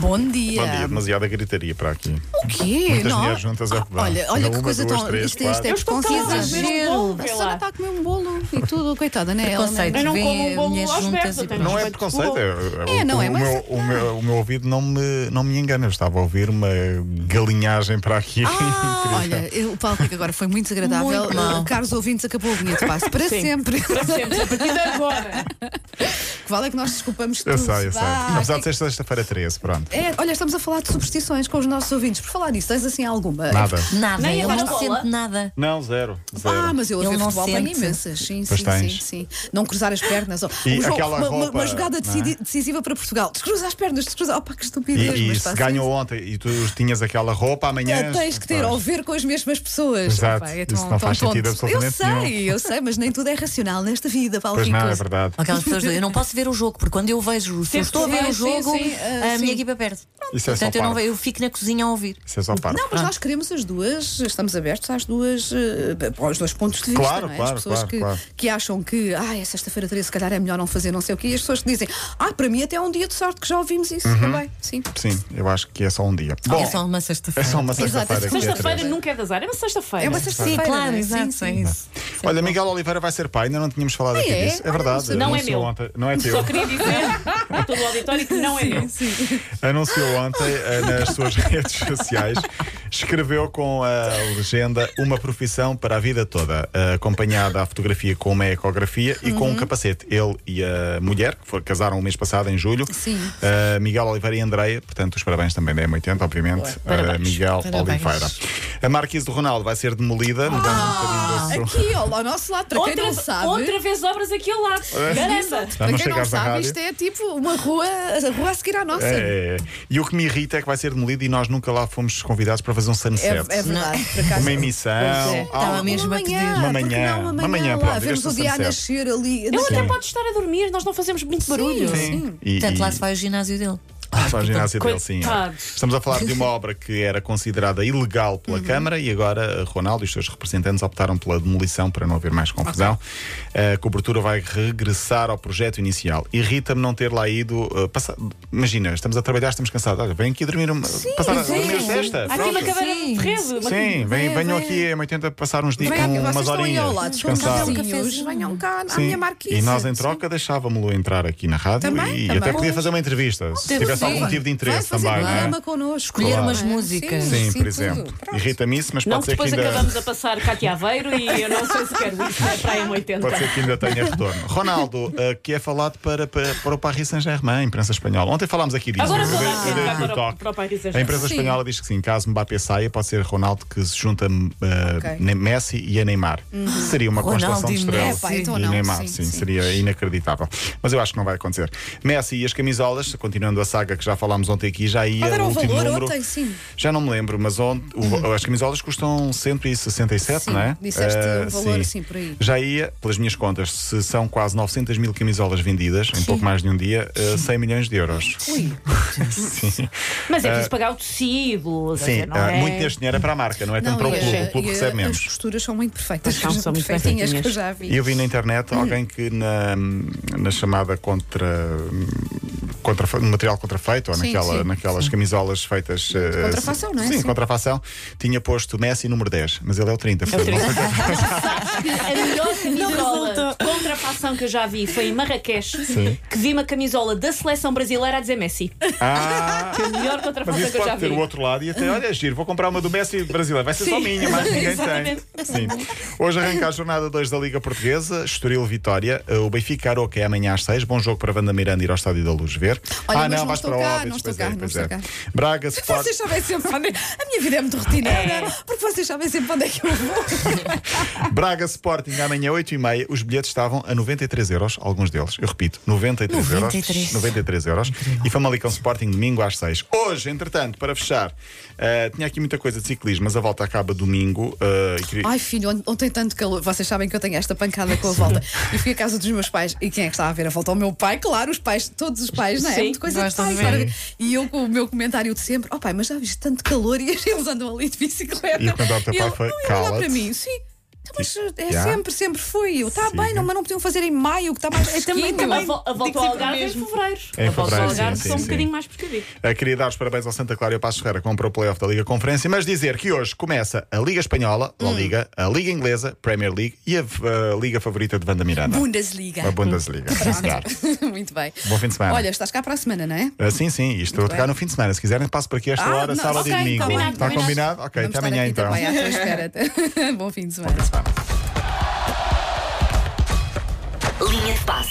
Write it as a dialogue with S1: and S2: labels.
S1: Bom dia.
S2: Bom dia, demasiada gritaria para aqui.
S1: O quê?
S2: Muitas
S1: Não.
S2: mulheres juntas é o que dá.
S1: Olha, olha
S2: Uma,
S1: que coisa
S2: duas,
S1: tão.
S2: três,
S1: isto, isto
S2: quatro.
S1: é
S2: Eu
S3: estou calada,
S1: preconceito.
S3: comer um bolo,
S1: A
S3: vê
S1: Sona
S3: lá.
S1: está a comer um bolo e tudo, coitada, né? Ela
S4: Preconceito.
S1: não-
S3: Eu não
S4: Vê
S3: como um bolo
S4: mulheres
S3: aos
S4: juntas
S3: berros,
S4: e
S3: eu tenho
S4: pronto.
S2: Não é
S3: respeito pelo
S2: preconceito,
S3: bolo.
S1: É,
S2: o,
S1: não é,
S2: o
S1: mas-
S2: meu, o, meu, o meu ouvido não me, não me engana. Eu estava a ouvir uma galinhagem para aqui. incrível.
S1: Ah, Olha, eu- o palco agora foi muito desagradável.
S4: Muito mal.
S1: Caros ouvintes, acabou o vinhete de passo para
S3: Sim.
S1: sempre.
S3: Para sempre, a partir de agora.
S1: Que vale é que nós desculpamos tudo.
S2: eu sei, eu sei.
S1: Vá,
S2: Apesar de ser sexta-feira 13, pronto.
S1: É, olha, estamos a falar de superstições com os nossos ouvintes. Por falar nisso, tens assim alguma?
S2: Nada.
S4: Nada,
S3: Nem
S4: ele
S3: agora
S4: não
S3: bola?
S4: sente nada.
S2: Não, zero. zero.
S1: Ah, mas eu a
S4: Ele
S1: ver
S4: não
S1: futebol tenho
S4: sente.
S1: imensas. Sim,
S2: Pois
S1: sim,
S2: tens.
S1: sim, sim. Não cruzar as pernas. ou-
S2: E
S1: um jogo-
S2: aquela
S1: uma, uma-
S2: roupa,
S1: uma jogada
S2: não é?
S1: decidi- decisiva para Portugal. Descruza as pernas, descruza. Opa, que estupidez.
S2: E, e
S1: mas
S2: se
S1: faz
S2: ganhou ontem e tu tinhas aquela roupa amanhã.
S1: Ah, Tens que ter
S2: Pois.
S1: ou ver com as mesmas pessoas.
S2: Exato.
S1: Opa, é
S2: Isso não faz sentido
S1: Eu
S2: absolutamente
S1: sei,
S2: nenhum.
S1: eu sei, mas nem tudo é racional nesta vida, Paulo
S2: Pois não,
S1: Rico.
S2: é verdade.
S4: Aquelas pessoas dizem, eu não posso ver o jogo, porque quando eu vejo, se eu
S3: Sim,
S4: estou a ver
S3: sim,
S4: o jogo,
S1: sim, sim, ah,
S4: a
S1: sim.
S4: minha equipa perde.
S2: Isso é só
S4: Portanto, eu, não
S2: parvo.
S4: vejo, eu fico na cozinha a ouvir.
S2: Isso é só parte.
S1: Não,
S4: Ah.
S1: mas nós queremos as duas, estamos abertos às duas, eh, aos dois pontos de vista.
S2: Claro,
S1: não é?
S2: claro,
S1: as pessoas
S2: claro,
S1: que,
S2: claro.
S1: que acham que ah, é sexta-feira 13, se calhar é melhor não fazer não sei o quê, e as pessoas que dizem, ah, para mim até é um dia de sorte que já ouvimos isso
S2: Uhum.
S1: também. Sim.
S2: Sim, eu acho que é só um dia. Bom,
S4: é só uma
S2: é
S4: sexta-feira.
S2: só uma
S1: Exato,
S2: sexta-feira. que é
S3: Sexta-feira
S2: 13.
S3: nunca é de azar, é uma sexta-feira.
S1: É uma
S4: Sim,
S1: sexta-feira.
S4: claro,
S1: não é?
S4: exato,
S1: Sim,
S4: é
S1: sim.
S4: isso.
S2: Olha, Miguel Oliveira vai ser pai, ainda não tínhamos falado aqui
S1: é?
S2: disso. É
S1: Olha,
S2: verdade.
S3: Não é
S2: anunciou
S3: meu.
S2: ontem. Não é
S3: Só
S2: teu.
S3: queria dizer a todo o auditório que não é meu.
S2: Anunciou ontem eh, nas suas redes sociais. Escreveu com a legenda uma profissão para a vida toda, eh, acompanhada à fotografia com uma ecografia e
S1: Uhum.
S2: com um capacete. Ele e a mulher, que for- casaram o mês passado, em julho,
S1: Sim.
S2: eh, Miguel Oliveira e Andreia, portanto, os parabéns também da M80, obviamente, a Miguel
S4: Parabéns.
S2: Oliveira. A Marquise do Ronaldo vai ser
S1: Ah!
S2: demolida, mudando um bocadinho do assunto.
S1: Aqui, ó, ao nosso lado, para quem
S3: Outra,
S1: não sabe.
S3: outra vez obras aqui ao lado.
S2: É. Já
S3: Garanta.
S1: Para
S2: não
S1: quem não
S2: chegares à
S1: sabe,
S2: rádio.
S1: isto é tipo uma rua, a rua a seguir à nossa.
S2: É, é, é. E o que me irrita é que vai ser demolido e nós nunca lá fomos convidados para fazer um
S1: É,
S2: sunset.
S1: é verdade, por acaso.
S2: uma emissão,
S1: é.
S2: algo.
S4: Estava mesmo a pedir.
S2: Uma
S1: porque
S2: manhã,
S1: não,
S2: uma manhã,
S1: lá,
S2: pronto,
S1: Vemos
S2: este
S1: o dia a
S2: sunset.
S1: nascer ali.
S3: Ele até pode estar a dormir, nós não fazemos muito barulho.
S1: Sim.
S2: E-
S4: Portanto, lá
S2: e-
S4: se vai ao ginásio dele.
S2: Ah, para a ginásio dele, sim.
S3: Coitado.
S2: Estamos a falar de uma obra que era considerada ilegal pela Câmara e agora eh, Ronaldo e os seus representantes optaram pela demolição para não haver mais confusão. A cobertura vai regressar ao projeto inicial. Irrita-me não ter lá ido. eh, passar- Imagina, estamos a trabalhar, estamos cansados. Olha, vem aqui dormir uma. passar um a
S4: sim.
S2: dormir a sexta.
S3: Há aqui
S2: pronto.
S3: uma cadeira
S4: Sim.
S3: de terreno. uma-
S2: Sim, vem,
S1: Vem,
S2: venham
S1: vem.
S2: aqui a M80 passar uns dias,
S1: Venham aqui, vocês
S2: umas
S1: estão aí
S2: horinhas,
S1: ao lado,
S2: descansar.
S4: descansar um
S1: cafezinhos,
S4: cafezinho.
S1: Venham cá, à
S2: Sim.
S1: Ah, minha marquise.
S2: E nós, em
S1: Sim.
S2: troca, deixávamos-lo entrar aqui na rádio
S1: Também,
S2: e, e
S1: também.
S2: até podia fazer uma entrevista, se
S4: Sim.
S2: tivesse algum motivo de
S1: Vai
S2: interesse
S1: fazer
S2: também. não é?
S1: programa connosco.
S4: Escolher
S2: Claro.
S4: umas
S1: Sim,
S4: músicas.
S2: Sim, por
S1: tudo.
S2: exemplo.
S1: Pronto.
S2: Irrita-me isso, mas
S3: Não
S2: pode
S3: que
S2: ser que
S3: depois acabamos
S2: ainda.
S3: a passar Cátia Aveiro e eu não sei se quero isso vai para a M80.
S2: Pode ser que ainda tenha retorno. Ronaldo, eh, que é falado para, para, para o Paris Saint-Germain, a imprensa espanhola. Ontem falámos aqui disso.
S3: Agora
S2: eu
S3: toda
S2: dei-
S3: a gente
S2: eu dei
S3: vai
S2: aqui o
S3: para o-
S2: toque.
S3: para o Paris
S2: A
S3: Saint-Germain.
S2: imprensa
S1: Sim.
S2: espanhola diz que sim, caso Mbappé saia, pode ser Ronaldo que se junta eh,
S1: Ok.
S2: Messi e a Neymar. Seria uma
S4: Ronaldo
S2: constelação
S4: e
S2: de estrelas.
S4: Messi. É, pá,
S1: então
S2: e
S1: não,
S2: Neymar,
S1: sim,
S2: sim,
S1: sim.
S2: seria inacreditável. Mas eu acho que não vai acontecer. Messi e as camisolas, continuando a saga que já falámos ontem aqui, já ia
S1: Ah, deram
S2: o
S1: um
S2: último
S1: valor
S2: número.
S1: ontem, sim.
S2: Já não me lembro, mas onde, o- as camisolas custam 167,
S1: Sim,
S2: não é?
S1: disseste
S2: Ah,
S1: um valor assim por aí.
S2: Já ia, pelas minhas contas, se são quase 900 mil camisolas vendidas, em pouco mais de um dia, ah, 100 milhões de euros.
S1: Ui,
S3: Mas é preciso pagar o tecido. quer
S2: Ah, Sim,
S3: dizer, não
S2: ah,
S3: é?
S2: muito deste dinheiro é para a marca, não é tanto para o
S1: e
S2: clube.
S1: a-
S2: O clube
S1: e é a-
S2: recebe
S1: As
S2: menos.
S1: costuras são muito perfeitas.
S3: São, são muito
S1: perfeitinhas que eu
S3: perfeitinhas.
S1: já vi.
S2: E eu vi na internet
S1: Hum.
S2: alguém que na, na chamada contra. Contra, material contrafeito, ou
S1: Sim,
S2: naquela,
S1: sim,
S2: naquelas camisolas feitas. eh,
S1: contrafação, não é?
S2: Sim,
S1: Sim.
S2: contrafação. Tinha posto Messi número 10, mas ele é o 30. portanto, não sei quanto-
S3: A melhor camisola de contrafação que eu já vi foi em Marrakech, que vi uma camisola da seleção brasileira a dizer Messi. é
S2: Ah,
S3: A melhor
S2: mas
S3: contrafação
S2: isso
S3: que eu já
S2: pode ter
S3: vi.
S2: o outro lado e
S1: Hum.
S2: até, olha, é giro, vou comprar uma do Messi brasileiro. Vai ser só minha, mais ninguém
S3: Exatamente.
S2: tem. Sim. Hoje arranca a jornada 2 da Liga Portuguesa, Estoril Vitória. O Benfica Aroca é amanhã às 6. Bom jogo para Vanda Miranda ir ao Estádio da Luz ver.
S1: Olha,
S2: ah,
S1: mas
S2: não,
S1: não
S2: vais
S1: estou
S2: para o
S1: cá,
S2: Óbidos,
S1: não
S2: pois
S1: estou
S2: é,
S1: cá, não
S2: pois
S1: estou
S2: é.
S1: cá.
S2: Braga Sport.
S1: Vocês sabem sempre onde. A minha vida é muito rotineira, porque vocês sabem sempre onde é que eu vou.
S2: Braga Sporting amanhã 8 e meia os bilhetes estavam a 93 euros alguns deles eu repito 93, euros
S4: 93.
S2: 93 euros e Famalicão Sporting domingo às 6 hoje entretanto para fechar eh, tinha aqui muita coisa de ciclismo mas a volta acaba domingo eh, e queria-
S1: Ai filho, on- ontem tanto calor. Vocês sabem que eu tenho esta pancada com a volta. Eu fui à casa dos meus pais e quem é que estava a ver a volta? O meu pai, claro, os pais, todos os pais, não é?
S3: Sim,
S1: Muito coisa de
S4: gostam
S1: pais.
S4: de ver.
S1: ora, E eu com o meu comentário de sempre: ó pai, mas já viste tanto calor e eles andam ali de bicicleta.
S2: E o comentário do teu
S1: E
S2: pai
S1: ele-
S2: foi,
S1: não, e ele olhou
S2: "Cala-te."
S1: para mim, sim. Mas uh, é
S2: Já?
S1: sempre, sempre foi. Está
S2: Sim.
S1: bem, não, mas não podiam fazer em maio, que está mais
S3: É também,
S1: fresquinho.
S3: também. A, vo- a volta
S5: digo
S3: ao
S5: sempre o
S3: Algarve é em
S5: mesmo.
S3: fevereiro.
S2: É em
S3: a volta ao
S2: fevereiro, sim,
S3: Algarve
S2: sim,
S3: são um
S2: sim.
S3: bocadinho mais precavidos.
S2: Uh, Queria dar os parabéns ao Santa Clara e ao Passos Ferreira que vão para o playoff da Liga Conferência, mas dizer que hoje começa a Liga Espanhola, La Liga, a Liga Inglesa, Premier League e a uh, Liga Favorita de Wanda Miranda,
S1: Bundesliga.
S2: a Bundesliga. Sim, senhor.
S1: Muito bem.
S2: Bom fim de semana.
S1: Olha, estás cá para a semana, não é?
S2: Ah, sim, sim, isto estou a tocar
S1: bem.
S2: no fim de semana. Se quiserem, passo por aqui esta
S1: Ah,
S2: hora,
S1: não,
S2: sábado
S1: ok,
S2: e domingo.
S1: combinado,
S2: Está
S3: combinado.
S2: combinado? Ok,
S1: Vamos
S2: até amanhã
S1: estar
S2: então.
S1: aqui também à tua espera. Bom fim de semana.
S2: Bom fim de semana.
S6: Linha de passe.